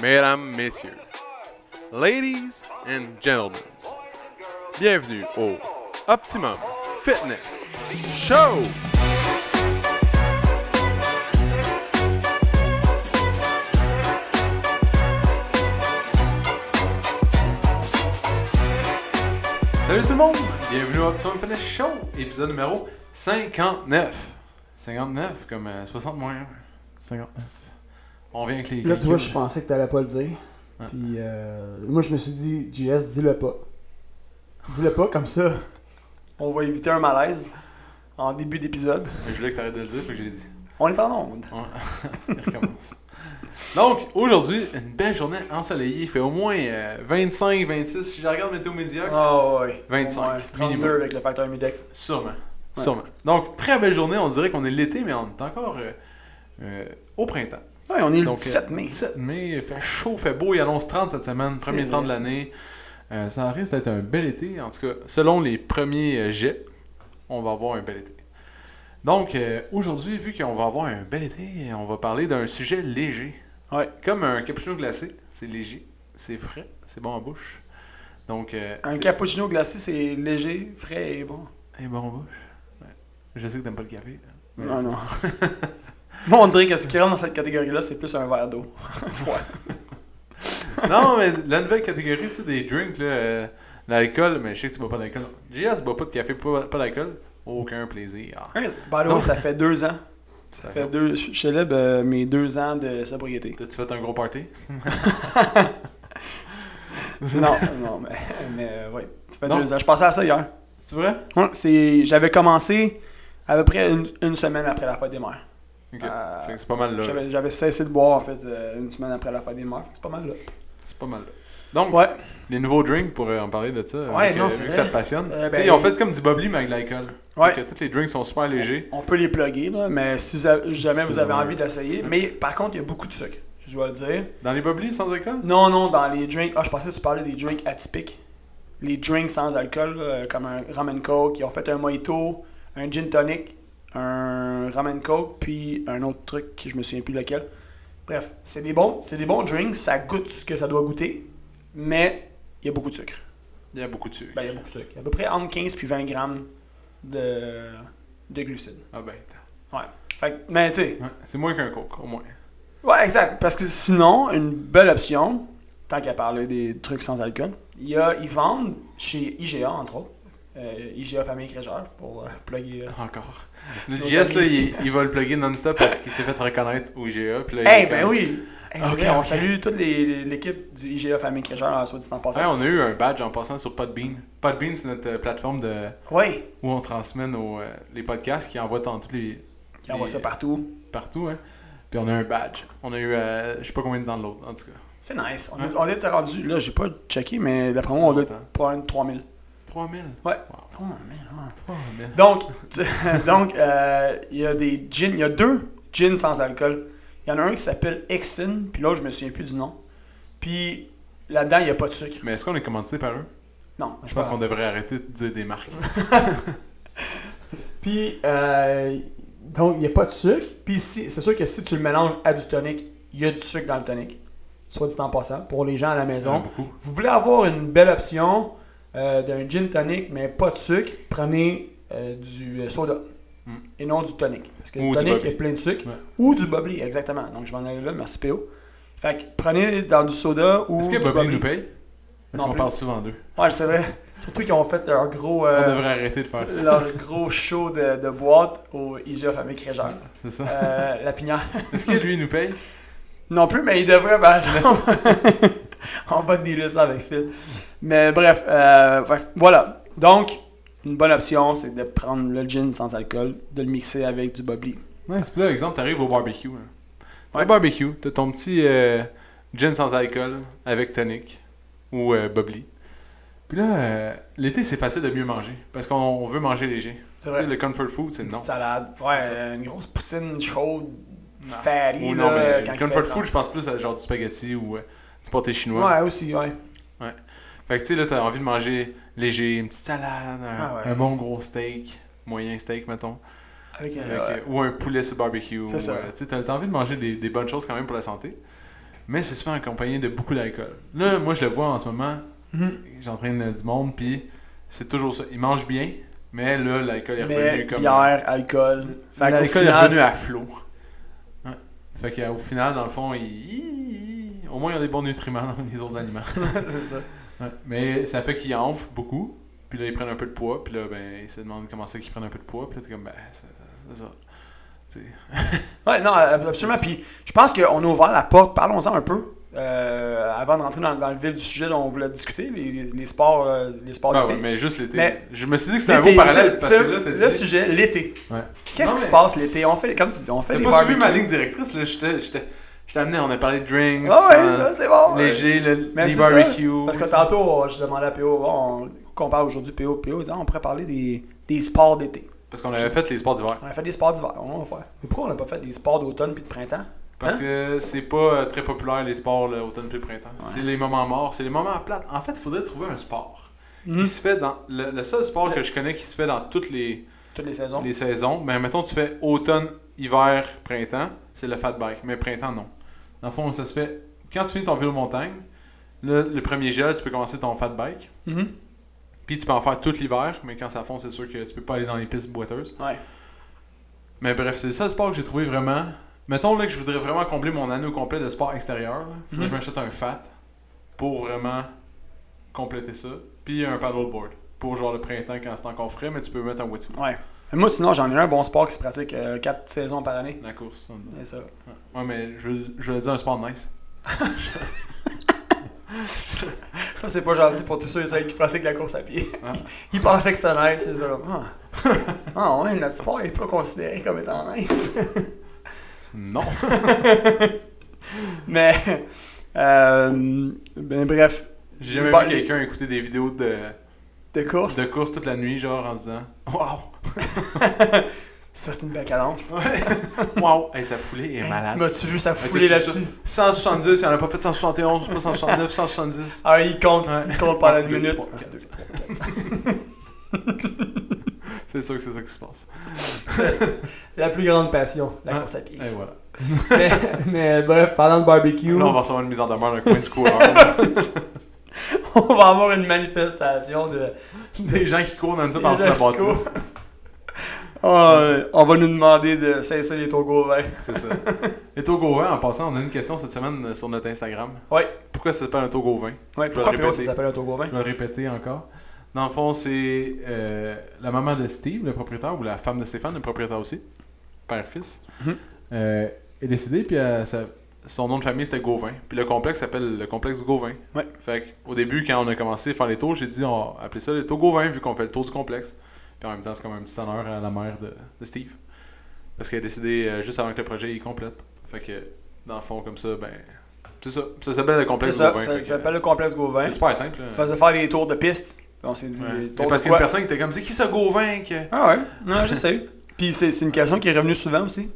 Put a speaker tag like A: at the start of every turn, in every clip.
A: mesdames, messieurs, ladies and gentlemen, bienvenue au Optimum Fitness Show! Salut tout le monde! Bienvenue au Optimum Fitness Show, épisode numéro 59. 59 comme euh, 60 moins 1. 59. On vient avec les.
B: Là, tu vois, je
A: calculs.
B: pensais que t'allais pas le dire.
A: Ouais.
B: Puis euh, moi, je me suis dit, JS, dis-le pas. Dis-le pas, comme ça, on va éviter un malaise en début d'épisode.
A: Mais Je voulais que t'arrêtes de le dire, fait que je l'ai dit.
B: On est en onde.
A: Ouais. Il recommence. Donc, aujourd'hui, une belle journée ensoleillée. Il fait au moins euh, 25, 26. Si je regarde Météo Médiocre,
C: Ah.
B: Oh, ouais.
A: 25,
B: Ouais, 32
A: minimum.
B: avec le facteur Midex.
A: sûrement.
B: Ouais.
A: Sûrement. Donc, très belle journée. On dirait qu'on est l'été, mais on est encore euh, euh, au printemps.
C: Ouais, on est le
A: Donc, euh,
C: 17 mai.
A: 17 mai, il fait chaud, il fait beau. Il annonce 30 cette semaine, premier
C: vrai,
A: temps de
C: ça.
A: l'année. Euh, ça risque d'être un bel été. En tout cas, selon les premiers euh, jets, on va avoir un bel été. Donc, euh, aujourd'hui, vu qu'on va avoir un bel été, on va parler d'un sujet léger.
C: Ouais.
A: Comme un cappuccino glacé, c'est léger, c'est frais, c'est bon en bouche. Donc, euh,
C: Un
A: c'est-
C: cappuccino glacé, c'est léger, frais et bon.
A: c'est bon en bouche. Ouais. Je sais que t'aimes pas le café. hein. Mais
C: Ah, Non,
A: c'est
C: non.
A: ça.
C: Moi, on dirait que ce qui rentre dans cette catégorie-là, c'est plus un verre d'eau. Froid.
A: non, mais la nouvelle catégorie, tu sais, des drinks, là, euh, l'alcool, mais je sais que tu bois pas d'alcool. JS boit pas de café, pas, pas d'alcool, aucun plaisir. Ah,
C: Hein, By the way,
A: Non.
C: ça fait deux ans. Ça fait deux. Je célèbre euh, mes deux ans de sobriété.
A: T'as-tu fait un gros party?
C: non, non, mais, mais oui. Ça fait
A: Non.
C: deux ans. Je pensais à ça hier.
A: C'est vrai?
C: Ouais, c'est- J'avais commencé à peu près une, une semaine après la fête des mères.
A: Ok.
C: Euh,
A: Fait que c'est pas mal là.
C: J'avais j'avais cessé de boire, en fait, euh, une semaine après la fête des mères. Fait que C'est pas mal, là.
A: C'est pas mal là. Donc,
C: Ouais.
A: les nouveaux drinks, pour euh, en parler de ça,
C: Ouais,
A: vu que-
C: non,
A: vu
C: c'est
A: que
C: vrai.
A: ça te passionne.
C: Euh,
A: Tu sais,
C: ben,
A: ils ont fait comme du bubbly, mais avec de l'alcool.
C: Ouais.
A: Fait que tous les drinks sont super légers.
C: On peut les plugger, là, mais si vous avez- jamais vous
A: C'est
C: avez
A: vrai.
C: envie d'essayer. Mais par contre, il y a beaucoup de sucre, je dois le dire.
A: Dans les bubbly, sans alcool?
C: Non, non, dans les drinks. Ah, je pensais que tu parlais des drinks atypiques. Les drinks sans alcool, là, comme un rum and coke. Ils ont fait un mojito, un gin tonic, un rum and coke, puis un autre truc que je me souviens plus lequel. Bref, c'est des bons, c'est des bons drinks. Ça goûte ce que ça doit goûter, mais il y a beaucoup de sucre.
A: Il y a beaucoup de sucre.
C: Ben, il y a beaucoup de sucre. Il y a à peu près entre 15 puis 20 grammes de, de glucides.
A: Ah ben,
C: Ouais. Fait que, mais tu sais,
A: ouais, c'est moins qu'un coke, au moins.
C: Ouais, exact. Parce que sinon, une belle option, tant qu'à parler des trucs sans alcool, il y a, ils vendent chez IGA, entre autres. Euh, IGA Famille Crégeur, pour euh, plugger. euh.
A: Encore. Le
C: Nos
A: JS, là,
C: amis.
A: il, il va le plugger non-stop parce qu'il s'est fait reconnaître au IGA. Puis là, il
C: Hey,
A: est
C: ben
A: comme-
C: oui! Hey, c'est
A: Ok,
C: vrai, on
A: ok.
C: salue toute les- l'équipe du IGA Famille Crégeur, soit dit en
A: Hey,
C: passant.
A: on a eu un badge en passant sur Podbean. Podbean, c'est notre euh, plateforme de
C: Oui,
A: où on transmet nos, euh, les podcasts qui envoient dans tous les
C: on voit
A: les-
C: ça partout.
A: partout. Hein. Puis on a un badge. On a eu, euh, je sais pas combien de l'autre en tout cas.
C: C'est nice. On,
A: Ouais.
C: est- on est rendu, là, j'ai pas checké, mais d'après moi, on doit
A: Attends.
C: prendre 3000.
A: 3000.
C: Ouais.
A: Wow.
C: Oh, man, ouais.
A: hein. 3000.
C: Donc, tu- donc euh, il y a des gins, il y a deux gins sans alcool. Il y en a un qui s'appelle Exin, puis l'autre, je me souviens plus du nom. Puis là-dedans, il n'y a pas de sucre.
A: Mais est-ce qu'on est commandité par eux
C: Non, mais
A: Je
C: c'est pas
A: pense qu'on
C: grave.
A: devrait arrêter de dire des marques.
B: Puis, euh, donc, il n'y a pas de sucre. Puis, si, c'est sûr que si tu le mélanges à du tonic, il y a du sucre dans le tonic. Soit dit en passant, pour les gens à la
A: Ils en ont
B: maison.
A: beaucoup.
B: Vous voulez avoir une belle option euh, d'un gin tonic, mais pas de sucre, prenez euh, du euh, soda
A: Mm.
B: et non du tonic. Parce que le
A: Ou du
B: tonic
A: bubbly.
B: est plein de sucre.
A: Ouais.
B: Ou du bubbly, exactement. Donc je m'en allais là, merci PO. Fait que prenez dans du soda ou
A: Est-ce
B: du
A: que Bobby nous paye Parce
C: Non
A: qu'on
C: plus.
A: parle souvent d'eux.
C: Ouais, c'est vrai.
B: Surtout qu'ils ont fait leur gros, euh,
A: On devrait arrêter de faire ça.
C: Leur gros show de, de boîte au IGA Famille Crégeur.
A: C'est ça.
C: Euh, la pignard.
A: Est-ce que lui, il nous paye
C: Non plus, mais il devrait, par exemple. On va dealer ça avec Phil. Mais bref, euh, bref, voilà. Donc, une bonne option, c'est de prendre le gin sans alcool, de le mixer avec du bubbly.
A: Nice. Puis là, exemple, t'arrives au barbecue. Hein.
C: Ouais.
A: Au barbecue, t'as ton petit euh, gin sans alcool avec tonic ou euh, bubbly. Puis là, euh, l'été, c'est facile de mieux manger parce qu'on on veut manger léger.
C: C'est
A: Tu sais, le comfort food, c'est
C: Une
A: non.
C: petite salade.
A: C'est
C: Ouais, une grosse poutine chaude,
A: Non.
C: fatty.
A: Ou
C: là,
A: non, mais
C: quand il
A: le comfort
C: fait
A: food, je pense plus à genre du spaghetti ou euh, du pâté
C: Ouais,
A: chinois.
C: aussi, ouais.
A: Fait que tu sais, là, t'as envie de manger léger, une petite salade, un,
C: Ah ouais.
A: un bon gros steak, moyen steak, mettons.
C: Avec, euh,
A: Avec, euh, ou un poulet sur barbecue.
C: C'est ça.
A: euh, tu sais, t'as t'as envie de manger des, des bonnes choses quand même pour la santé. mais c'est souvent accompagné de beaucoup d'alcool. Là, moi, je le vois en ce moment,
D: Mhm.
A: j'entraîne euh, du monde, puis c'est toujours ça. Ils mangent bien, mais là, l'alcool est
C: Mais
A: revenu comme. euh,
C: bière, alcool. Fait qu'au
A: L'alcool est
C: final-
A: revenu à flot. Ouais. Fait qu'au final, dans le fond, ils... au moins ils ont des bons nutriments dans les autres aliments.
C: c'est ça.
A: Ouais. Mais ça fait qu'ils enflent beaucoup, puis là, ils prennent un peu de poids, puis là, ben, ils se demandent comment ça qu'ils prennent un peu de poids, puis là, t'es comme, ben, c'est c'est- c'est ça. Tu sais.
C: Ouais, non, ab- absolument. Puis je pense qu'on a ouvert la porte. Parlons-en un peu. euh, avant de rentrer dans, dans le vif du sujet dont on voulait discuter, les, les- les sports, euh, les sports
A: Ah
C: d'été.
A: ouais, mais juste l'été.
C: Mais-
A: Je me suis dit que c'était un
C: L'été,
A: beau parallèle,
C: c'est-
A: parce
C: c'est
A: que là, t'as
C: le
A: dit...
C: sujet, l'été.
A: Ouais.
C: Qu'est-ce
A: Non,
C: qui se
A: mais-
C: passe l'été? On fait, comme tu dis, on fait
A: T'as
C: des
A: pas suivi
C: barbecues.
A: ma ligne directrice, là, j'étais- j'étais... Je t'ai amené, on a parlé de drinks,
C: Ah ouais,
A: euh,
C: ça, c'est bon. ouais.
A: léger, le,
C: Mais
A: les
C: c'est ça,
A: barbecues.
C: Parce que tantôt, euh, je demandais à PO, on, qu'on parle aujourd'hui, PO, PO, il dit, ah, on pourrait parler des, des sports d'été.
A: Parce qu'on avait fait les sports d'hiver.
C: On a fait des sports d'hiver, on va faire. Mais pourquoi on n'a pas fait des sports d'automne puis de printemps?
A: Parce
C: Hein?
A: que c'est pas euh, très populaire les sports là, automne puis printemps. C'est les moments morts, c'est les moments plates. En fait, il faudrait trouver un sport
C: Hmm.
A: qui se fait dans le, le seul sport que je connais qui se fait dans toutes les,
C: Toutes les saisons.
A: les saisons. Mais mettons tu fais automne, hiver, printemps, c'est le fat bike, mais printemps non. Dans le fond, ça se fait quand tu finis ton vélo montagne, le, le premier gel, tu peux commencer ton fat bike.
C: Mhm.
A: Puis tu peux en faire tout l'hiver, mais quand ça fond, c'est sûr que tu peux pas aller dans les pistes boiteuses.
C: Ouais.
A: Mais bref, c'est le seul sport que j'ai trouvé vraiment. Mettons là que je voudrais vraiment combler mon anneau complet de sport extérieur. Là. Faudrait que je
C: Mhm.
A: m'achète un fat pour vraiment compléter ça. Puis un paddleboard pour genre le printemps quand c'est encore frais, mais tu peux mettre un wetsuit.
C: Ouais. Mais Moi, sinon, j'en ai un bon sport qui se pratique 4 saisons par année.
A: La course. ça, non.
C: C'est ça.
A: Ouais, mais je, veux- je voulais dire un sport nice.
C: Ça, c'est pas gentil pour tous ceux et celles qui pratiquent la course à pied.
A: Ah.
C: Ils pensaient que c'était nice, c'est ça. Ah. ah ouais, notre sport est pas considéré comme étant nice.
A: Non.
C: Mais, euh, ben, bref,
A: J'ai jamais
C: Pas-
A: vu quelqu'un écouter des vidéos de,
C: de course,
A: de course toute la nuit, genre en se disant Waouh!
C: ça c'est une belle cadence.
A: Waouh! Hey, sa foulée est
C: Hey,
A: malade.
C: tu m'as-tu vu ça
A: Fait que
C: fouler
A: tu-
C: là-dessus?
A: 170, il en a pas fait 171, pas 169, 170.
C: Ah, il compte,
A: Ouais.
C: il compte pendant une
A: Deux,
C: minute.
A: trois,
C: Un,
A: quatre.
C: deux, trois.
A: C'est sûr que c'est ça qui se passe.
D: La plus grande passion, la
A: Ah.
D: course à pied.
A: Et voilà.
D: mais, mais bref, parlant de barbecue,
A: Là, on va recevoir une mise en demeure d'un coin du coureur.
D: on va avoir une manifestation de.
A: des gens qui courent dans ça
D: Des
A: par la
D: gens qui
A: bâtisse.
C: Ah, ouais, on va nous demander de cesser les Togo verts.
A: C'est ça. Les Togovins, en passant, on a une question cette semaine euh, sur notre Instagram.
C: Ouais.
A: Pourquoi ça s'appelle un Togovin
C: Ouais,
A: Je vais
C: pourquoi
A: le
C: PO ça
A: répéter.
C: s'appelle un Togo vin?
A: Je vais le répéter encore. Dans le fond, c'est euh, la maman de Steve, le propriétaire, ou la femme de Stéphane, le propriétaire aussi, père-fils,
C: Mhm.
A: euh, est décédée, puis euh, sa- son nom de famille c'était Gauvin. Puis le complexe s'appelle le complexe Gauvin.
C: Ouais.
A: Fait qu'au début, quand on a commencé à faire les tours, j'ai dit on va appeler ça le tour Gauvin, vu qu'on fait le tour du complexe. Puis en même temps, c'est comme un petit honneur à la mère de, de Steve. Parce qu'elle est décédée euh, juste avant que le projet y complète. Fait que, dans le fond, comme ça, ben. C'est ça. Ça s'appelle le
C: C'est
A: complexe
C: ça,
A: Gauvin.
C: ça,
A: fait que,
C: s'appelle le complexe Gauvin.
A: c'est super simple. hein. là.
C: On faisait faire des tours de piste. puis On s'est dit,
A: Ouais.
C: tour
A: Mais
C: de
A: parce qu'une
C: quoi?
A: personne qui était comme, c'est qui ce Gauvin que...
C: Ah ouais, non, je sais. Puis c'est c'est une question qui est revenue souvent aussi.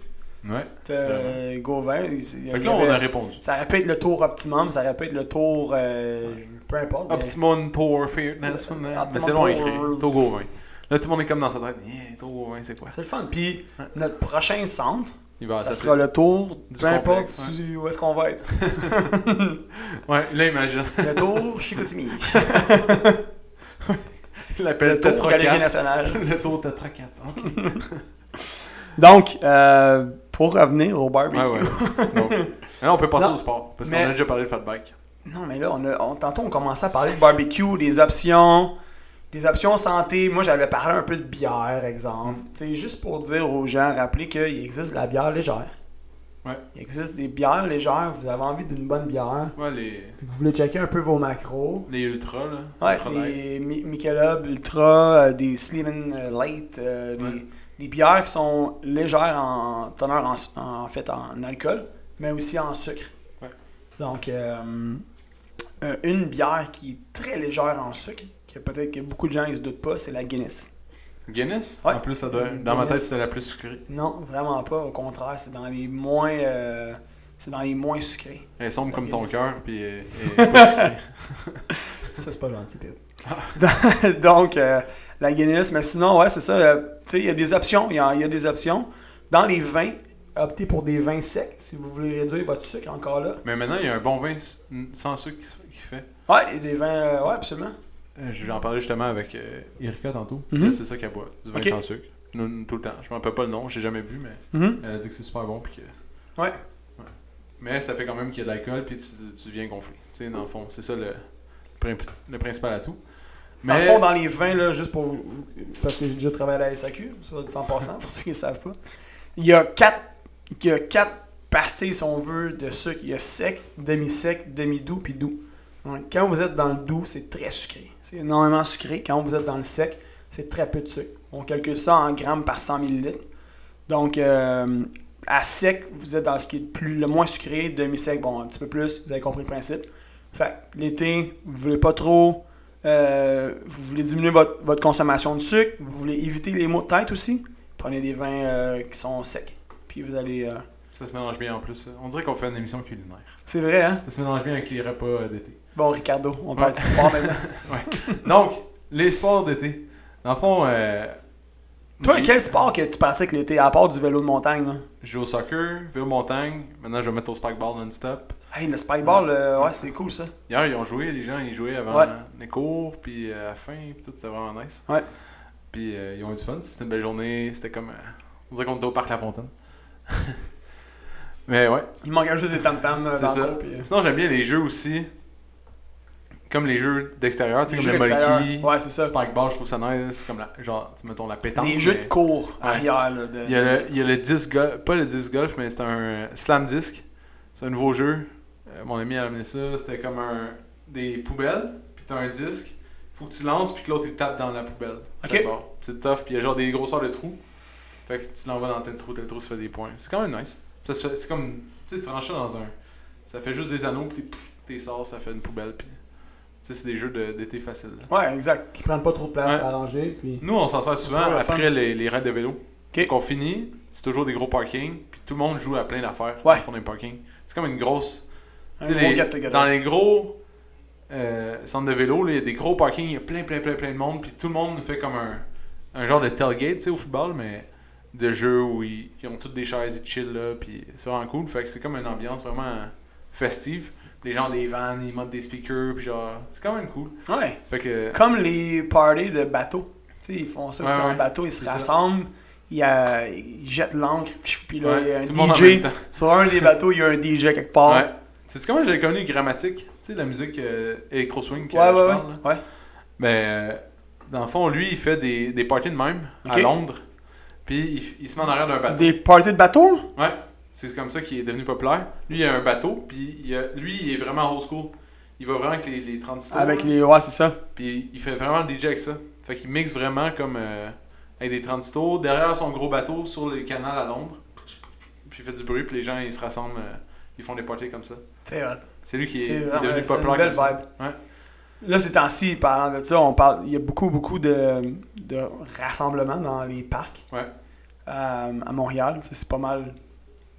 A: Ouais.
C: Euh, Gauvin, il, il y
A: Fait que là,
C: avait-
A: on a répondu.
C: Ça aurait pu être le tour optimum, ça aurait pu être le tour. euh, Peu importe. mais-
A: Optimum Tour Fitness. Mais c'est
C: Optimum
A: long à
C: Tours.
A: écrire. Tour Gauvin. Là, tout le monde est comme dans sa tête. Yeah, Tour Gauvin, c'est quoi?
C: C'est le fun. Puis notre prochain centre,
A: Il va
C: ça
A: s'appeler-
C: sera le tour,
A: Ah, Du
C: peu importe
A: complexe, ouais.
C: du- où est-ce qu'on va être.
A: Ouais, là, imagine.
C: Le tour Chicoutimi.
A: Il
C: le
A: l'appelle
C: tour
A: Tetra
C: Galerie
A: 4.
C: Nationale.
A: Le Tour Tetra 4. OK.
C: Donc, euh, pour revenir au barbecue.
A: Ah Ouais, ouais. Donc, mais là, on peut passer
C: Non,
A: au sport. Parce
C: mais-
A: qu'on a déjà parlé de fatback.
C: Non, mais là, on a, on- tantôt, on commençait à parler de barbecue, des options, des options santé. Moi, j'avais parlé un peu de bière, exemple.
A: Mm.
C: Tu sais, juste pour dire aux gens, rappeler qu'il existe de la bière légère.
A: Ouais.
C: Il existe des bières légères. Vous avez envie d'une bonne bière.
A: Ouais, les,
D: Vous voulez checker un peu vos macros.
A: les ultras, là.
C: Ouais,
A: ultra light.
C: des Mi- Michelob Ultra, euh, des Slim euh, Light, euh, des,
A: Ouais.
C: des bières qui sont légères en teneur en, su- en fait en alcool, mais aussi en sucre.
A: Ouais.
C: Donc euh, euh, une bière qui est très légère en sucre, que peut-être que beaucoup de gens ils se doutent pas, c'est la Guinness.
A: Guinness?
C: Ouais.
A: En plus, ça doit...
C: Une
A: Dans ma tête,
C: Guinness.
A: c'était la plus sucrée.
C: Non, vraiment pas. Au contraire, c'est dans les moins euh, c'est dans les moins sucrés.
A: Elle est sombre
C: La
A: comme ton
C: Guinness.
A: cœur, puis elle- elle est pas sucrée.
D: Ça, c'est pas gentil, Pip.
C: Donc, euh, la Guinness, mais sinon, ouais, c'est ça. euh, tu sais, il y a des options. Il y, a- il y a des options. Dans les vins, Optez pour des vins secs si vous voulez réduire votre sucre encore là.
A: Mais maintenant, il y a un bon vin s- sans sucre qui se- qui fait.
C: Ouais, et des vins. euh, ouais, absolument.
A: Euh, Je vais en parler justement avec euh, Erika tantôt.
C: Mhm.
A: Elle, C'est ça qu'elle boit, du vin
C: Ok.
A: sans sucre. Nous- nous, tout le temps. Je m'en rappelle pas le nom, j'ai jamais bu, mais
D: Mm-hmm.
C: Mhm.
A: elle a dit que c'est super bon. Puis que...
C: Ouais.
A: Mais ça fait quand même qu'il y a de l'alcool, puis tu, tu viens gonflé. Tu sais, dans le fond, c'est ça le, prin- le principal atout.
C: Dans
A: Mais
C: le fond, dans les vins, là, juste pour vous- parce que j'ai déjà travaillé à la SAQ, ça, c'est en passant, pour ceux qui ne savent pas, il y a quatre, il y a quatre pastilles, si on veut, de sucre. Il y a sec, demi-sec, demi-doux, puis doux. Donc, quand vous êtes dans le doux, c'est très sucré. C'est énormément sucré. Quand vous êtes dans le sec, c'est très peu de sucre. On calcule ça en grammes par 100 millilitres. Donc, euh, à sec, vous êtes dans ce qui est le, plus, le moins sucré, demi-sec, bon, un petit peu plus, vous avez compris le principe. Fait que l'été, vous voulez pas trop, euh, vous voulez diminuer votre, votre consommation de sucre, vous voulez éviter les maux de tête aussi, prenez des vins euh, qui sont secs. Puis vous allez. euh,
A: ça se mélange bien en plus. On dirait qu'on fait une émission culinaire.
C: C'est vrai, hein?
A: Ça se mélange bien avec les repas euh, d'été.
C: Bon, Ricardo, on parle du sport maintenant.
A: Donc, les sports d'été. Dans le fond, euh,
C: Toi,
A: j'ai-
C: quel sport que tu pratiques l'été, à part du vélo de montagne? Là?
A: je joue au soccer, vais aux montagnes. Maintenant, je vais mettre au spikeball non-stop.
C: Hey, le spikeball, euh, ouais, c'est cool ça.
A: Hier, ils ont joué, les gens, ils jouaient avant
C: Ouais.
A: les cours, puis euh, à la fin, puis tout, c'était vraiment nice.
C: Ouais.
A: Puis euh, ils ont eu du fun, c'était une belle journée, c'était comme. euh, on dirait qu'on était au parc La Fontaine. Mais ouais,
C: Il manque juste des tam-tams euh,
A: c'est
C: dans le
A: ça.
C: cours, puis, euh,
A: Sinon, j'aime bien les jeux aussi, comme les jeux d'extérieur, tu sais,
C: les
A: comme
C: jeux
A: le Molki,
C: extérieurs. Ouais, c'est ça.
A: Spikeball, je trouve ça nice, comme la, genre, tu sais, mettons la pétanque.
C: Des jeux
A: mais-
C: de cours arrière. Là, de-
A: il y, a le, il y a le disc golf, pas le disc golf, mais c'est un slam disc. C'est un nouveau jeu. Euh, mon ami a amené ça. C'était comme un, des poubelles, puis t'as un disque. Faut que tu lances, puis que l'autre il tape dans la poubelle.
C: Ok.
A: Fait que bon, C'est tough, puis il y a genre des grosseurs de trous. Fait que tu l'envoies dans tel trou, tel trou, ça fait des points. C'est quand même nice. Ça se fait- C'est comme. Tu sais, tu ranges ça dans un. Ça fait juste des anneaux, puis t'es- pff, t'es sort, ça fait une poubelle, puis. Tu sais, c'est des jeux de- d'été faciles. là.
C: Ouais, exact.
E: Qui prennent pas trop de place
A: Ouais.
E: à ranger. Puis...
A: Nous, on s'en sert souvent
C: toujours le
A: après les, les raids de vélo.
C: Ok.
A: Qu'on finit, c'est toujours des gros parkings, puis tout le monde joue à plein d'affaires dans
C: Ouais.
A: le fond des parkings. C'est comme une grosse.
C: Un
A: tu sais,
C: gros
A: les-
C: get-together.
A: dans les gros euh, centres de vélo, là, il y a des gros parkings, il y a plein, plein, plein, plein de monde, puis tout le monde fait comme un, un genre de tailgate, tu sais, au football, mais de jeu où ils, ils ont toutes des chaises, ils chill là, puis c'est vraiment cool. Fait que c'est comme une ambiance vraiment festive. Les gens ont des vannes, ils montent des speakers, puis genre, c'est quand même cool.
C: Ouais.
A: Fait que.
C: Comme les parties de bateaux. Tu sais, ils font ça
A: Ouais,
C: aussi en
A: ouais.
C: bateau, ils se
A: C'est ça.
C: rassemblent, ils, euh, ils jettent l'ancre, pfiou, puis là,
A: ouais,
C: il y a
A: tout le monde en même
C: un DJ.
A: temps.
C: Sur un des bateaux, il y a un DJ quelque part.
A: Ouais. C'est comment j'avais connu Grammatique, tu sais, la musique euh, électro-swing que
C: ouais, ouais.
A: je
C: ouais.
A: parle. là.
C: ouais.
A: Ben, euh, dans le fond, lui, il fait des, des parties de même à
C: Ok.
A: Londres. Puis il, il se met en arrière d'un bateau.
C: Des parties de bateaux?
A: Ouais. C'est comme ça qu'il est devenu populaire. Lui, il a un bateau, puis il a- lui, il est vraiment old school. Il va vraiment avec les, les 36 tours,
C: Avec
A: là.
C: les. Ouais, c'est ça.
A: Puis il fait vraiment le DJ avec ça. Fait qu'il mixe vraiment comme euh, avec des 36 tours derrière son gros bateau sur le canal à Londres. Puis il fait du bruit, puis les gens, ils se rassemblent, euh, ils font des parties comme ça.
C: C'est hot.
A: C'est lui qui est,
C: C'est
A: il est
C: vraiment-
A: devenu
C: c'est une
A: populaire
C: belle
A: comme ça.
C: vibe.
A: Ouais.
C: Là, ces temps-ci, parlant de ça, on parle. Il y a beaucoup, beaucoup de, de rassemblements dans les parcs.
A: Ouais.
C: Euh, à Montréal. Ça, C'est pas mal.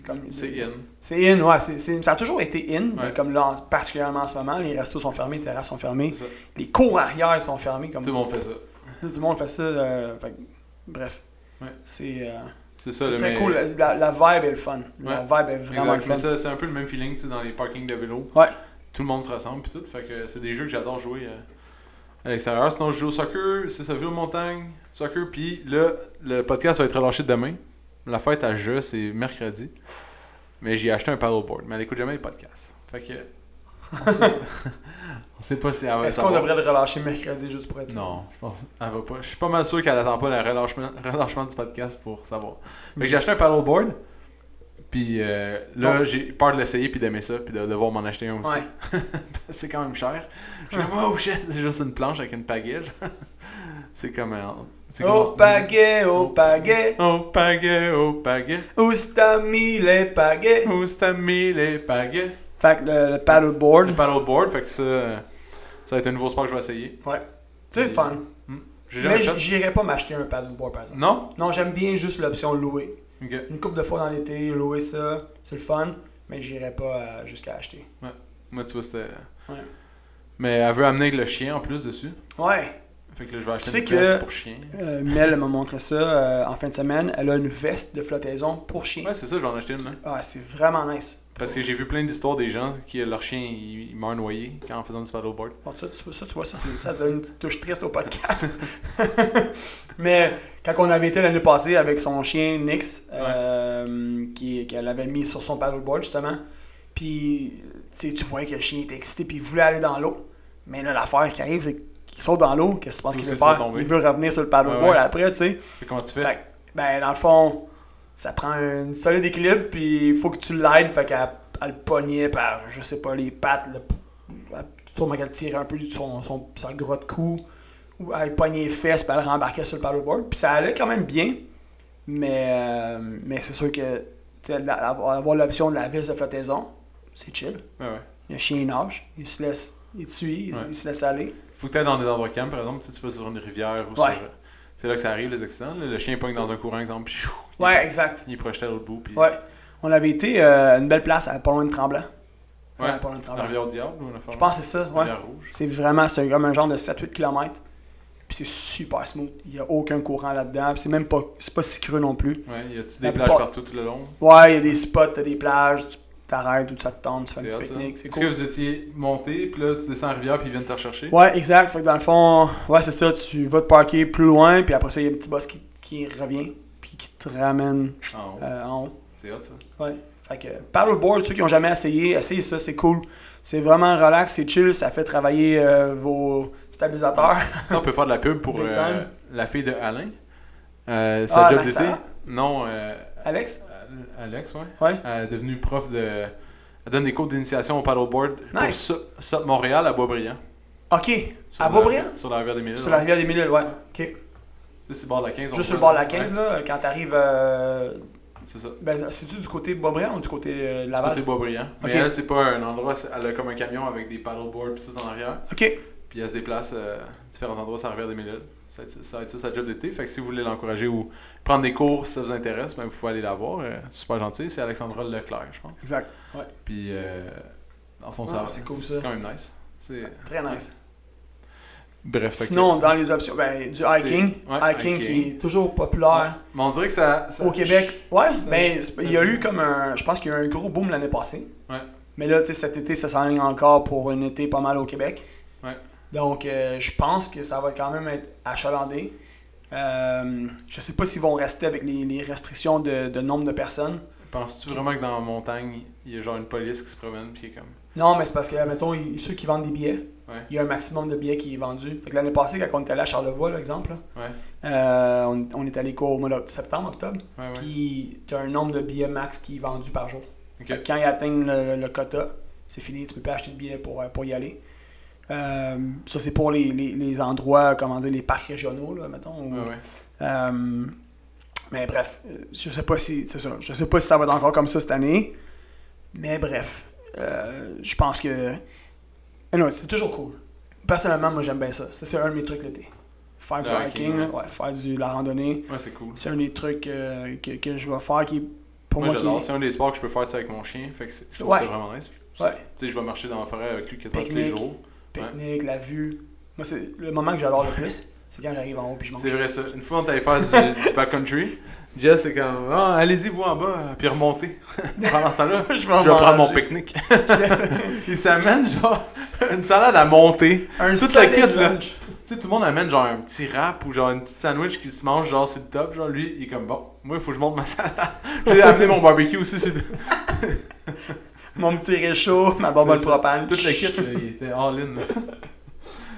C: Comme,
A: C'est in.
C: C'est in, ouais. c'est- c'est- ça a toujours été in, mais
A: Ouais.
C: comme là, en- particulièrement en ce moment, les restos sont fermés, les terrasses sont
A: C'est
C: fermées,
A: ça.
C: les cours arrière sont fermés. Comme
A: Tout le monde fait ça.
C: Tout le monde fait ça. euh, fait que, bref.
A: Ouais.
C: C'est euh,
A: C'est ça
C: c'est
A: le
C: très
A: mais-
C: cool. La, la vibe est le fun. La vibe est
A: Exact.
C: vraiment le
A: Mais
C: fun.
A: ça, c'est un peu le même feeling tu sais, dans les parkings de vélo.
C: Ouais.
A: Tout le monde se rassemble puis tout. Fait que c'est des jeux que j'adore jouer euh, à l'extérieur. Sinon, je joue au soccer, c'est ça, vélo montagne, soccer. Puis là, le podcast va être relâché demain. La fête à jeu, c'est mercredi. Mais j'ai acheté un paddleboard. Mais elle écoute jamais les podcasts. Fait que. On sait, on sait pas si elle va
C: Est-ce qu'on
A: savoir.
C: devrait le relâcher mercredi juste pour être sûr?
A: Non, je pense. Elle va pas. Je suis pas mal sûr qu'elle attend pas le relâchement, relâchement du podcast pour savoir. Fait que j'ai acheté un paddleboard. Puis euh, là,
C: Bon.
A: j'ai peur de l'essayer puis d'aimer ça puis de devoir m'en acheter un aussi.
C: Oh. Ouais.
A: C'est quand même cher. Je me dis, oh shit, c'est juste une planche avec une pagaie. genre. c'est comme un. c'est comme
C: Au
A: un-
C: Oh, pagaie, au pagaie,
A: Au pagaie, au pagaie.
C: où c'est t'as mis les pagaies?
A: Où c'est t'as mis les pagaies?
C: Fait que le, le
A: Le
C: paddleboard,
A: paddleboard, fait que ça. Ça va être un nouveau sport que je vais essayer.
C: c'est fun.
A: J'ai jamais
C: Mais
A: fait.
C: j- j'irais pas m'acheter un paddleboard par exemple.
A: Non?
C: Non, j'aime bien juste l'option louer.
A: Ok.
C: Une couple de fois dans l'été, louer ça, c'est le fun, mais j'irais pas euh, jusqu'à acheter.
A: Moi, tu vois, c'était.
C: Ouais.
A: Mais elle veut amener le chien en plus dessus.
C: Ouais,
A: Fait que là, je vais
C: Tu
A: acheter
C: sais
A: une veste
C: que-
A: pour chien.
C: Euh, Mel m'a montré ça euh, en fin de semaine. Elle a une veste de flottaison pour chien.
A: Ouais, c'est ça, je vais en acheter une. là.
C: Ah, c'est vraiment nice.
A: Parce que j'ai vu plein d'histoires des gens qui, euh, leur chien, il, il meurt noyé quand en faisant du paddleboard.
C: Bon, ça, tu vois ça, tu vois ça, c'est- ça donne une petite touche triste au podcast. Mais quand on avait été l'année passée avec son chien Nix, euh, qui- qu'elle avait mis sur son paddleboard justement, puis tu sais, tu voyais que le chien était excité puis il voulait aller dans l'eau. Mais là, l'affaire qui arrive, c'est qu'il saute dans l'eau. Qu'est-ce que tu penses
A: Où
C: qu'il
A: c'est
C: veut
A: qu'il va
C: faire?
A: tomber?
C: Il veut revenir sur le paddleboard
A: Ouais, ouais.
C: après, tu sais.
A: Fait que comment tu fais?
C: Fait que, ben, dans le fond, ça prend un solide équilibre, puis il faut que tu l'aides. Fait qu'elle elle le pognait par, je sais pas, les pattes, le, elle- sûrement qu'elle tirait un peu de son, son, son gros de cou, ou elle le pognait les fesses, puis elle le rembarquait sur le paddleboard. Puis ça allait quand même bien, mais, euh, mais c'est sûr que tu sais, la- avoir avoir l'option de la vis de flottaison, c'est chill.
A: Ouais, ouais.
C: Le chien il nage, il se laisse, il te suit, il-
A: Ouais.
C: il se laisse aller.
A: Faut que tu dans des endroits calmes, par exemple, tu sais, tu vas sur une rivière ou
C: Ouais.
A: sur. C'est là que ça arrive, les accidents. là. Le chien pogne dans un courant, exemple, puis chou, il-
C: Ouais, exact.
A: il est projeté à l'autre bout. Puis...
C: Ouais. On avait été euh, à une belle place, à pas loin de Tremblant.
A: Ouais.
C: pas loin de
A: La
C: Tremblant.
A: rivière au diable ou une affaire?
C: Je pense que c'est ça,
A: La
C: ouais.
A: rivière rouge.
C: C'est vraiment, c'est comme un genre de 7-8 km. Puis c'est super smooth. Il n'y a aucun courant là-dedans. Puis c'est même pas, c'est pas si creux non plus.
A: Ouais, y a-tu
C: La
A: des plages
C: porte.
A: partout tout le long?
C: Ouais, il y a des spots, t'as des plages, tu t'arrêtes ou tu t'attends, tu fais un
A: C'est
C: petit
A: hot, ça.
C: pique-nique.
A: Est-ce
C: C'est
A: que
C: cool.
A: vous étiez monté, puis là, tu descends la rivière, puis ils viennent te rechercher?
C: Ouais, exact. Fait que dans le fond, ouais, c'est ça. Tu vas te parquer plus loin. Puis après ça, il y a un petit boss qui, qui revient. Puis qui te ramène
A: En haut.
C: euh, en haut.
A: Ah, C'est hot, ça.
C: Ouais. Fait que paddleboard, ceux qui n'ont jamais essayé, essayez ça, c'est cool. C'est vraiment relax, c'est chill, ça fait travailler euh, vos stabilisateurs.
A: Tu sais, on peut faire de la pub pour
C: Big
A: euh,
C: time.
A: la fille de Alain. Euh,
C: Ah,
A: sa job
C: Alexa?
A: d'été. Non, euh,
C: Alex?
A: Alex, ouais.
C: Ouais.
A: Elle est devenue prof de. Elle donne des cours d'initiation au paddleboard pour
C: Nice.
A: Sup Sup Montréal à Boisbriand.
C: Ok.
A: Sur
C: À
A: la-
C: Beaubriand?
A: Sur la rivière des Mille.
C: Sur la rivière des Mille, ouais. Ok.
A: sur le bord de la 15. on
C: Juste sur le
A: voit,
C: bord de la 15,
A: ouais,
C: là, quand t'arrives. Euh,
A: C'est ça. Du
C: ben, c'est-tu du côté Boisbriand ou du côté euh,
A: côté
C: de Laval?
A: Boisbriand. Mais
C: Ok.
A: elle, c'est pas un endroit. c'est- Elle a comme un camion avec des paddleboards puis tout en arrière.
C: Ok.
A: Puis elle se déplace euh, à différents endroits sur la rivière des Mille. Ça va être ça, va être ça, sa job d'été. Fait que si vous voulez l'encourager ou prendre des cours, si ça vous intéresse, ben, vous pouvez aller la voir. Euh, super gentil. C'est Alexandra Leclerc, je pense.
C: Exact. Ouais.
A: Puis, euh, en fond,
C: Ah,
A: ça,
C: c'est
A: c'est
C: cool, ça.
A: quand même nice. C'est-
C: Très nice.
A: Bref, fait que-
C: Sinon, dans les options, ben, du hiking.
A: ouais,
C: hiking qui
A: hiking.
C: est toujours populaire
A: Mais on dirait que ça. ça-
C: au Québec. Ouais,
A: ça-
C: ben, c'est-
A: ça
C: il y a
A: dit-
C: eu comme un. Je pense qu'il y a eu un gros boom l'année passée.
A: Ouais.
C: Mais là, tu sais, cet été, ça s'enligne encore pour un été pas mal au Québec.
A: Ouais.
C: Donc, euh, je pense que ça va quand même être achalandé. Euh, je sais pas s'ils vont rester avec les, les restrictions de- de nombre de personnes.
A: Penses-tu vraiment que dans la montagne, il y a genre une police qui se promène puis qui est comme.
C: Non, mais c'est parce que, mettons, il- ceux qui vendent des billets,
A: Ouais.
C: il y a un maximum de billets qui est vendu. Fait que l'année passée, quand on était allé à Charlevoix, par exemple, là,
A: Ouais,
C: euh, on, on est allé quoi, au mois de septembre, octobre,
A: ouais, ouais.
C: puis tu as un nombre de billets max qui est vendu par jour.
A: Ok.
C: Fait que quand ils atteignent le, le- le quota, c'est fini, tu peux pas acheter de billets pour, euh, pour y aller. Euh, ça, c'est pour les, les- les endroits, comment dire, les parcs régionaux, là, mettons. ou-
A: Ouais, ouais.
C: euh, mais bref, euh, je sais pas si c'est ça. Je sais pas si ça va être encore comme ça cette année. Mais bref, euh, je pense que Eh non, c'est toujours cool. Personnellement, moi j'aime bien ça. Ça c'est un de mes trucs l'été. Faire du
A: Le
C: hiking,
A: hiking,
C: là, ouais, faire du la randonnée,
A: Ouais, c'est cool.
C: c'est un des trucs euh, que, que je vais faire qui est- pour
A: Moi,
C: moi,
A: j'adore.
C: qui
A: C'est un des sports que je peux faire tu sais, avec mon chien. Fait que c'est je trouve
C: Ouais.
A: ça vraiment nice. Puis,
C: est- ouais,
A: Tu sais, je vais marcher dans la forêt avec lui quasiment tous les
C: Pique-nique.
A: jours.
C: pique-nique, la vue. Moi c'est le moment que j'adore le plus, c'est quand j'arrive en haut puis je mange.
A: C'est vrai ça. Une fois, on allait faire du, du backcountry. Jess, c'est comme. Ah, allez-y, vous en bas, puis remontez. Pendant ce temps-là,
C: je vais
A: je vais prendre mon
C: manger.
A: pique-nique. Il s'amène, genre, une salade à monter.
C: Un
A: Toute la kid,
C: solide
A: là.
C: lunch.
A: Tu sais, tout le monde amène genre un petit rap ou genre une petite sandwich qui se mange genre sur le top. Genre lui, il est comme bon, moi il faut que je monte ma salade. J'ai amené mon barbecue aussi sur le
C: Mon petit réchaud, ma bombe de
A: C'est ça.
C: propane.
A: Toute l'équipe, là, il était all in. là.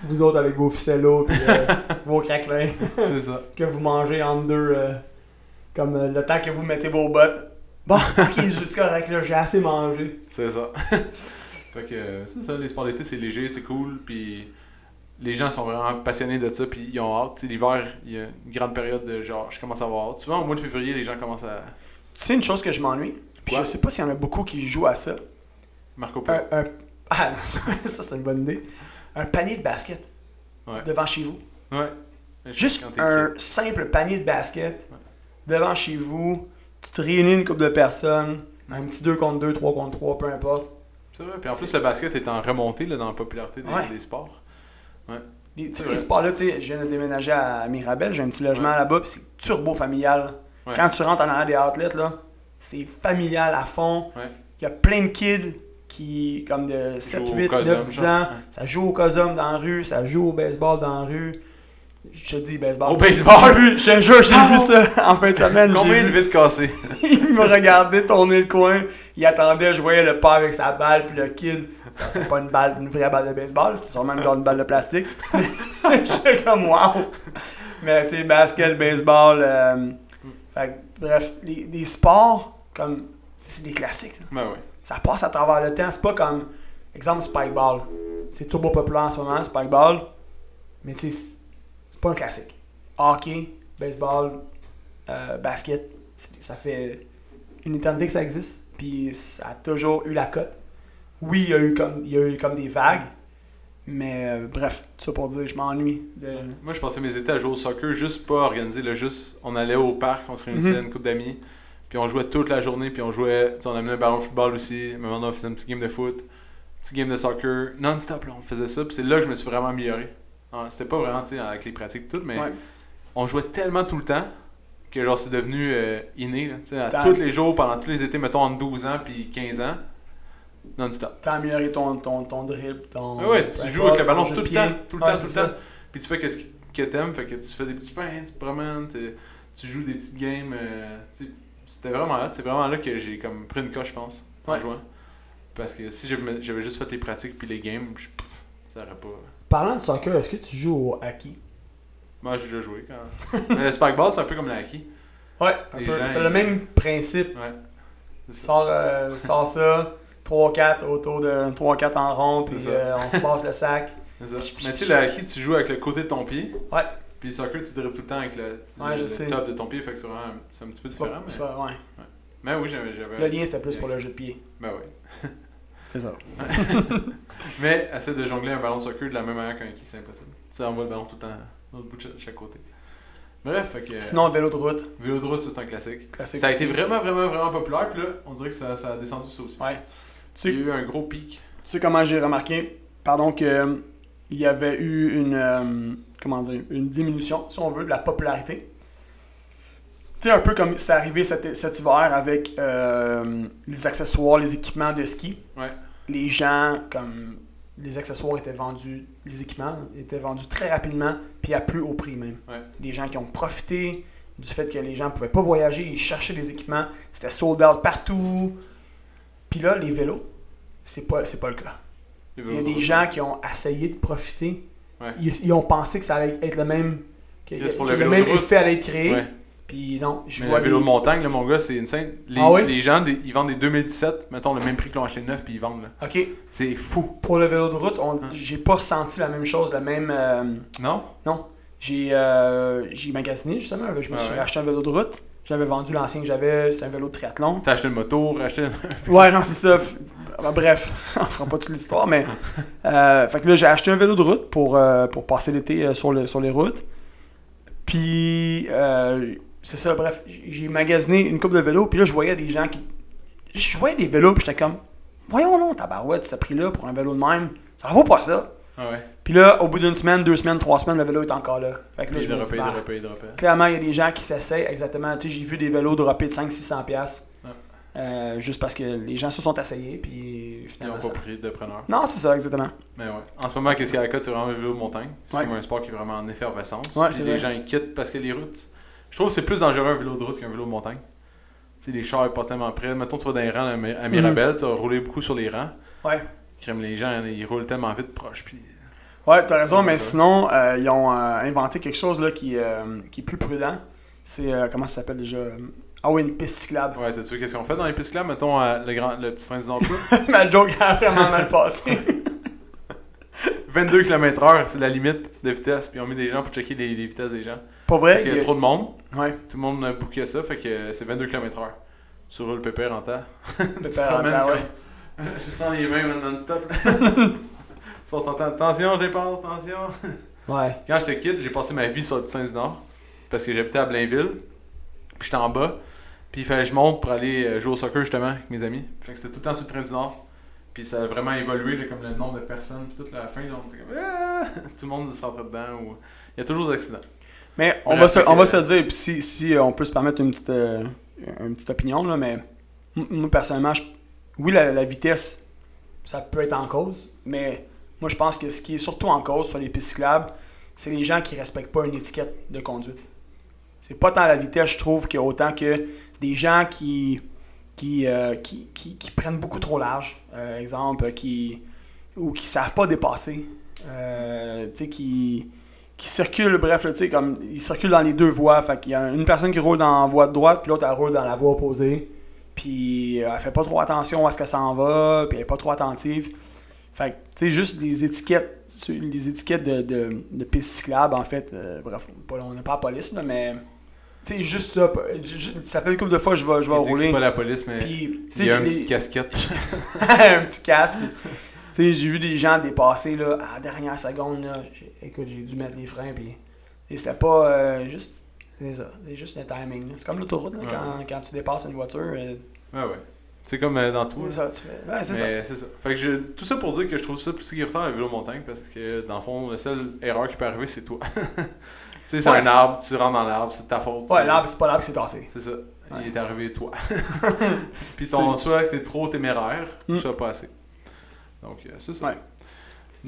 C: vous autres avec vos ficellos puis euh, vos craquelins
A: C'est ça.
C: que vous mangez entre deux euh, comme euh, le temps que vous mettez vos bottes. Bon, ok, c'est correct là, j'ai assez mangé.
A: C'est ça. fait que euh, c'est ça, les sports d'été, c'est léger, c'est cool. Puis les gens sont vraiment passionnés de ça. Puis ils ont hâte. Tu sais, l'hiver, il y a une grande période de genre, je commence à avoir hâte. Souvent au mois de février, les gens commencent à.
C: Tu sais une chose que je m'ennuie, puis
A: Quoi?
C: je sais pas s'il y en a beaucoup qui jouent à ça.
A: Marco Polo.
C: Un, un- ah, non, ça, ça, c'est une bonne idée. Un panier de basket
A: Ouais.
C: devant chez vous.
A: Ouais. Je sais
C: Juste
A: quand t'es
C: un
A: kid.
C: simple panier de basket
A: Ouais.
C: devant chez vous. Tu te réunis une couple de personnes, un petit 2 contre 2, 3 contre 3, peu importe.
A: C'est vrai. Puis en plus, le basket est en remontée là, dans la popularité des,
C: Ouais.
A: des sports. Ouais.
C: Les,
A: C'est
C: les
A: vrai.
C: spas-là, tu sais, je viens de déménager à Mirabel, j'ai un petit logement là-bas, puis c'est turbo familial.
A: Ouais.
C: Quand tu rentres en arrière des outlets, là, c'est familial à fond.
A: Ouais.
C: Il y a plein de kids qui, comme de 7,
A: jouent au
C: 8, 9,
A: Cosum,
C: 10
A: genre.
C: ans,
A: Ouais.
C: ça joue au cosum dans la rue, ça joue au baseball dans la rue. Je te dis, baseball.
A: Au baseball?
C: J'ai vu- Je te jure, j'ai
A: Ah!
C: vu ça en fin de semaine. j'ai
A: Combien de
C: vu-
A: vides cassées
C: il me regardait tourner le coin, il attendait, je voyais le père avec sa balle, puis le kid. Ça, c'était pas une balle, une vraie balle de baseball, c'était sûrement une genre de balle de plastique. J'étais comme wow! Mais tu sais, basket, baseball, euh, fait que, bref, les, les sports, comme, c'est c'est des classiques. ça.
A: Ben oui.
C: Ça passe à travers le temps, c'est pas comme, exemple, Spikeball. C'est turbo populaire en ce moment, Spikeball, mais tu sais, c'est- c'est pas un classique. Hockey, baseball, euh, basket, c'est- ça fait une éternité que ça existe, puis ça a toujours eu la cote. Oui, il y a eu comme, il y a eu comme des vagues, mais euh, bref, tout ça pour dire, je m'ennuie. De...
A: Moi, je passais mes étés à jouer au soccer, juste pas organisé. Là, juste, on allait au parc, on se réunissait
C: Mhm.
A: une couple d'amis, puis on jouait toute la journée, puis on jouait. tu sais, on amenait un ballon de football aussi. À un moment donné, on faisait un petit game de foot, petit game de soccer, non-stop. Là, on faisait ça, puis c'est là que je me suis vraiment amélioré. Ah, C'était pas vraiment tu sais, avec les pratiques et tout, mais
C: Ouais.
A: on jouait tellement tout le temps que genre c'est devenu euh, inné. Là, tu sais, à
C: Tant-
A: tous les jours, pendant tous les étés, mettons entre 12 ans puis 15 ans, non-stop.
C: T'as amélioré ton, ton, ton dribble, ton.
A: Ah ouais, tu joues
C: peu
A: avec le
C: importe,
A: ballon
C: ton jeu
A: tout
C: de
A: le
C: pied.
A: temps, tout le
C: Ouais,
A: temps, tout
C: c'est
A: le
C: ça.
A: temps. Puis tu fais qu'est-ce qui- que t'aimes, fait que tu fais des petites fins, tu te promènes, tu tu joues des petites games. euh, tu sais, C'était vraiment là, c'est vraiment là que j'ai comme pris une coche, je pense, en
C: Ouais.
A: jouant. Parce que si j'avais j'avais juste fait les pratiques puis les games, je- pff, ça aurait pas.
E: Parlant de soccer, est-ce que tu joues au hockey?
A: Moi, j'ai déjà joué quand. Mais le spikeball, c'est un peu comme le hockey.
C: Ouais, un
A: Les
C: peu.
A: gens,
C: C'est le
A: ils-
C: même principe.
A: Ouais. C'est ça.
C: Sors, euh, sors ça, 3-4 autour de 3-4 en rond, puis
A: C'est ça.
C: euh, on se passe le sac.
A: C'est ça. Mais tu sais, le hockey, tu joues avec le côté de ton pied.
C: Ouais.
A: Puis le soccer, tu dribbles tout le temps avec le, le-
C: Ouais, je
A: le
C: sais.
A: top de ton pied, fait que c'est vraiment c'est un petit peu
C: C'est pas-
A: différent.
C: c'est pas- ouais.
A: Mais, mais oui, j'avais. j'avais-
C: Le lien, c'était plus pour le jeu de pied.
A: Ben oui.
C: C'est ça.
A: Mais essaie de jongler un ballon de soccer de la même manière qu'un kick, c'est impossible. Tu envoies le ballon tout le temps, l'autre bout de cha- chaque côté. Bref, fait que.
C: Sinon, vélo de route,
A: Vélo de route, ça, c'est un classique.
C: classique.
A: Ça a été
C: aussi.
A: vraiment, vraiment, vraiment populaire, puis là, on dirait que ça, ça a descendu ça aussi.
C: Ouais. Tu
A: Il y
C: sais,
A: a eu un gros pic.
C: tu sais comment j'ai remarqué, pardon, que euh, il y avait eu une, euh, comment dire, une diminution, si on veut, de la popularité. Tu sais, un peu comme c'est arrivé cet, cet hiver avec euh, les accessoires, les équipements de ski.
A: Ouais.
C: Les gens, comme les accessoires étaient vendus, les équipements étaient vendus très rapidement, puis à plus haut prix même.
A: Ouais.
C: Les gens qui ont profité du fait que les gens pouvaient pas voyager, ils cherchaient des équipements, c'était sold out partout. Puis là, les vélos, c'est pas, c'est pas le cas.
A: les
C: Il y
A: vélos
C: a
A: de
C: des
A: route.
C: gens qui ont essayé de profiter.
A: Ouais.
C: Ils, ils ont pensé que ça allait être le même, que,
A: Juste pour
C: que
A: le
C: le
A: vélo
C: même
A: de route.
C: effet allait être créé.
A: Ouais.
C: Puis non, je
A: Mais
C: vois
A: le vélo
C: des-
A: de montagne, là, mon gars, c'est insane. Les,
C: Ah oui?
A: les gens, des- ils vendent des 2017, mettons le même prix qu'ils l'ont acheté neuf, puis ils vendent là.
C: OK,
A: C'est fou.
C: pour le vélo de route, on-
A: Hein.
C: j'ai pas ressenti la même chose, la même euh,
A: Non?
C: j'ai euh, j'ai magasiné justement, là, je me
A: Ah
C: suis
A: ouais.
C: acheté un vélo de route. J'avais vendu l'ancien que j'avais, c'était un vélo de triathlon.
A: T'as acheté une moto, racheté.
C: Ouais, non, c'est ça. F- bah, bref, on fera pas toute l'histoire, mais. euh, fait que là, j'ai acheté un vélo de route pour, euh, pour passer l'été euh, sur, le, sur les routes. Puis, euh, c'est ça, bref, j- j'ai magasiné une coupe de vélos, puis là, je voyais des gens qui. Je voyais des vélos, puis j'étais comme, voyons non, tabarouette, ce prix-là pour un vélo de même, ça vaut pas ça.
A: Ah ouais.
C: Puis là, au bout d'une semaine, deux semaines, trois semaines, le vélo est encore là. Fait que là,
A: Il
C: je me dis,
A: dropait, il
C: bah,
A: dropait, il dropait.
C: Clairement, il y a des gens qui s'essayent exactement. Tu sais, j'ai vu des vélos dropper de 500-600$ piastres,
A: Ouais.
C: euh, juste parce que les gens se sont essayés, puis
A: Ils
C: finalement.
A: n'ont pas
C: Ah, ça-
A: pris de preneur.
C: Non, c'est ça, exactement.
A: Mais ouais. En ce moment, qu'est-ce qu'il y a à la côte, c'est vraiment le vélo de montagne. C'est
C: Ouais.
A: comme un sport qui est vraiment en effervescence.
C: Ouais,
A: Puis
C: c'est
A: les
C: vrai.
A: gens ils quittent parce que les routes. Je trouve que c'est plus dangereux un vélo de route qu'un vélo de montagne. Tu sais, les chars ils passent tellement près. Mettons, tu vas dans les rangs à Mi- à Mirabel,
C: Mhm.
A: tu vas rouler beaucoup sur les rangs.
C: Ouais.
A: Crème, les gens, ils roulent tellement vite proche. Puis...
C: Ouais, t'as raison,
A: C'est
C: mais
A: vrai.
C: sinon, euh, ils ont euh, inventé quelque chose là, qui, euh, qui est plus prudent. C'est. euh, comment ça s'appelle déjà Ah oui, une piste cyclable.
A: Ouais, t'as-tu vu qu'est-ce qu'on fait dans les pistes cyclables? Mettons, euh, le, grand, le petit train du nord
C: Ma joke a vraiment mal passé.
A: 22 km/h, c'est la limite de vitesse. Puis on met des gens pour checker les, les vitesses des gens.
C: Pas vrai
A: Parce qu'il y a
C: il-
A: trop de monde.
C: Ouais,
A: Tout le monde a booké ça, fait que c'est 22 km/h. Tu roules pépère en temps.
C: peut-être,
A: te promènes
C: ah ouais.
A: Je sens les mains maintenant non-stop. tu passes ton temps. Attention, je dépasse, attention.
E: Ouais.
A: Quand j'étais kid, j'ai passé ma vie sur le Saint-Nord. Parce que j'habitais à Blainville. Puis j'étais en bas. Puis il fallait que je monte pour aller euh, jouer au soccer justement avec mes amis. Fait que c'était tout le temps sur le train du Nord. Puis ça a vraiment évolué, là, comme le nombre de personnes, puis toute la fin, là, on était comme, Ah! tout le monde s'entrait dedans. Ou... Il y a toujours des accidents.
C: Mais on
A: Mais
C: va, se,
A: après
C: on
A: que-
C: va se le dire, puis si, si, euh, on peut se permettre une petite, euh, une petite opinion, là, mais m- moi personnellement, je- oui, la, la vitesse, ça peut être en cause, mais moi je pense que ce qui est surtout en cause sur les pistes cyclables, c'est les gens qui respectent pas une étiquette de conduite. C'est pas tant la vitesse, je trouve, que autant que des gens qui, qui, euh, qui, qui- qui prennent beaucoup trop large, euh, exemple, euh, qui, ou qui savent pas dépasser, euh, tu sais, qui qui circulent, bref, là, tu sais, comme, ils circulent dans les deux voies. Fait qu'il y a une personne qui roule dans la voie de droite, puis l'autre, elle roule dans la voie opposée. Puis euh, elle fait pas trop attention à ce qu'elle s'en va, puis elle est pas trop attentive. Fait que, tu sais, juste les étiquettes, sur- les étiquettes de, de, de pistes cyclables, en fait, euh, bref, pas- on n'est pas la police, là, mais, tu sais, juste ça, p- ju- ju- ça fait une couple de fois, je vais, je vais
A: Ils disent que c'est
C: rouler.
A: pas la police, mais
C: Puis, tu
A: il y
C: sais,
A: a une
C: les-
A: petite casquette.
C: un petit casque. puis, Tu sais, j'ai vu des gens dépasser là, à la dernière seconde. Là, J'ai- écoute, j'ai dû mettre les freins. Puis, et c'était pas euh, juste. C'est ça. C'est juste le timing. là. C'est comme l'autoroute là,
A: Ouais.
C: quand, quand tu dépasses une voiture. euh,
A: Ouais, ouais. C'est comme euh, dans tout.
C: c'est
A: là.
C: ça, tu fais- ouais, c'est ça.
A: Mais c'est ça. Fait que je- tout ça pour dire que je trouve ça plus sécuritaire la vélo montagne parce que dans le fond, la seule erreur qui peut arriver, c'est toi. tu sais, c'est
C: Ouais.
A: un arbre, tu rentres dans l'arbre, c'est de ta faute.
C: Ouais,
A: c'est-
C: l'arbre, c'est pas l'arbre qui s'est tassé.
A: C'est ça.
C: Ouais.
A: Il est arrivé toi. Puis ton soit que t'es trop téméraire,
C: Mm.
A: soit pas assez. Donc euh, c'est ça.
C: Ouais.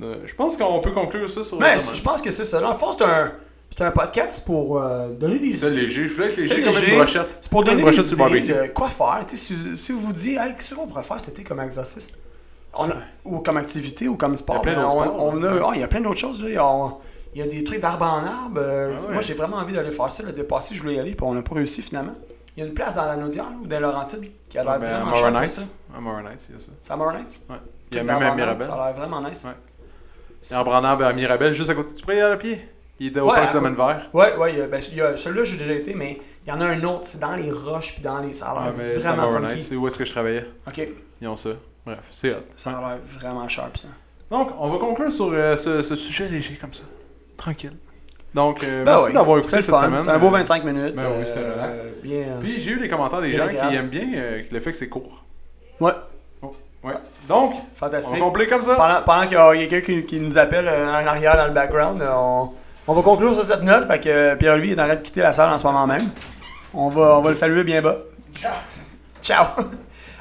A: Euh, je pense qu'on peut conclure ça sur
C: Mais
A: le-
C: c'est- je pense que c'est ça. Dans le fond, c'est un, c'est un podcast pour euh, donner des
A: C'est léger. Je voulais être
C: C'était
A: léger comme
C: léger.
A: une brochette.
C: C'est pour
A: Comme
C: donner
A: une
C: des
A: brochette sur
C: idées de quoi faire. Tu sais, si, si vous vous dites, hey, qu'est-ce qu'on pourrait faire cet été comme exercice On a- Ou comme activité ou comme sport.
A: Il y a plein
C: ben,
A: d'autres
C: on-
A: sports,
C: on
A: hein.
C: a- ah, il y a plein d'autres choses. là. Il y a- Il y a des trucs d'arbre en arbre. euh,
A: Ah ouais.
C: Moi, j'ai vraiment envie d'aller faire ça. Le dépasser, je voulais y aller, puis on n'a pas réussi finalement. Il y a une place dans la Naudière là, ou dans Laurentide qui a
A: Ah,
C: l'air
A: ben, à
C: vraiment
A: Morrow
C: chouette pour ça.
A: Nights. À Morrow Nights, il y a ça.
C: C'est à Morrow Nights?
A: Ouais. Il y a
C: Truc
A: même
C: d'arbre
A: à
C: en arbre,
A: Mirabel.
C: Ça a l'air vraiment nice.
A: Ouais. Il y a un branard à Mirabel juste à côté. Tu pourrais y aller à pied Il est au
C: Ouais,
A: parc
C: à
A: du domaine vert.
C: Ouais, ouais, il y a- ben, il y a- celui-là, j'ai déjà été, mais il y en a un autre. C'est dans les roches, puis dans les. Ça a
A: Ouais,
C: l'air
A: Ah, mais c'est à
C: vraiment
A: Morrow Nights.
C: funky.
A: C'est où est-ce que je travaillais
C: Ok,
A: Ils ont ça. Bref, c'est hot.
C: ça a l'air vraiment sharp, ça.
A: Donc, on va conclure sur euh, ce, ce sujet léger comme ça. Tranquille. Donc, euh,
C: Ben
A: merci
C: oui,
A: d'avoir écouté
C: c'était
A: cette
C: le fun,
A: semaine.
C: C'était un beau
A: Euh,
C: 25 minutes.
A: ben oui, c'était
C: euh,
A: relax.
C: bien. euh,
A: Puis j'ai eu des commentaires des
C: Bien
A: gens
C: agréable.
A: qui aiment bien euh, le fait que c'est court. euh,
C: Ouais,
A: Ouais. Donc, on
C: fantastique.
A: complète comme ça.
C: Pendant, pendant qu'il y a quelqu'un qui, qui nous appelle euh, en arrière dans le background, euh, on, on va conclure sur cette note. Fait que euh, Pierre-Louis est en train de quitter la salle en ce moment même. On va, on va le saluer bien bas. Ciao!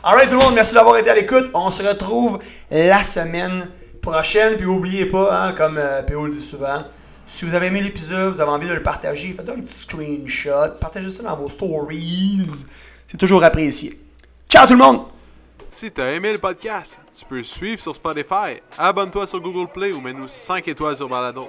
C: Alright tout le monde, merci d'avoir été à l'écoute. On se retrouve la semaine prochaine. Puis n'oubliez pas, hein, comme euh, PO le dit souvent, si vous avez aimé l'épisode, vous avez envie de le partager, faites un petit screenshot, partagez ça dans vos stories. C'est toujours apprécié. Ciao tout le monde!
A: Si t'as aimé le podcast, tu peux le suivre sur Spotify, abonne-toi sur Google Play ou mets-nous 5 étoiles sur Balados.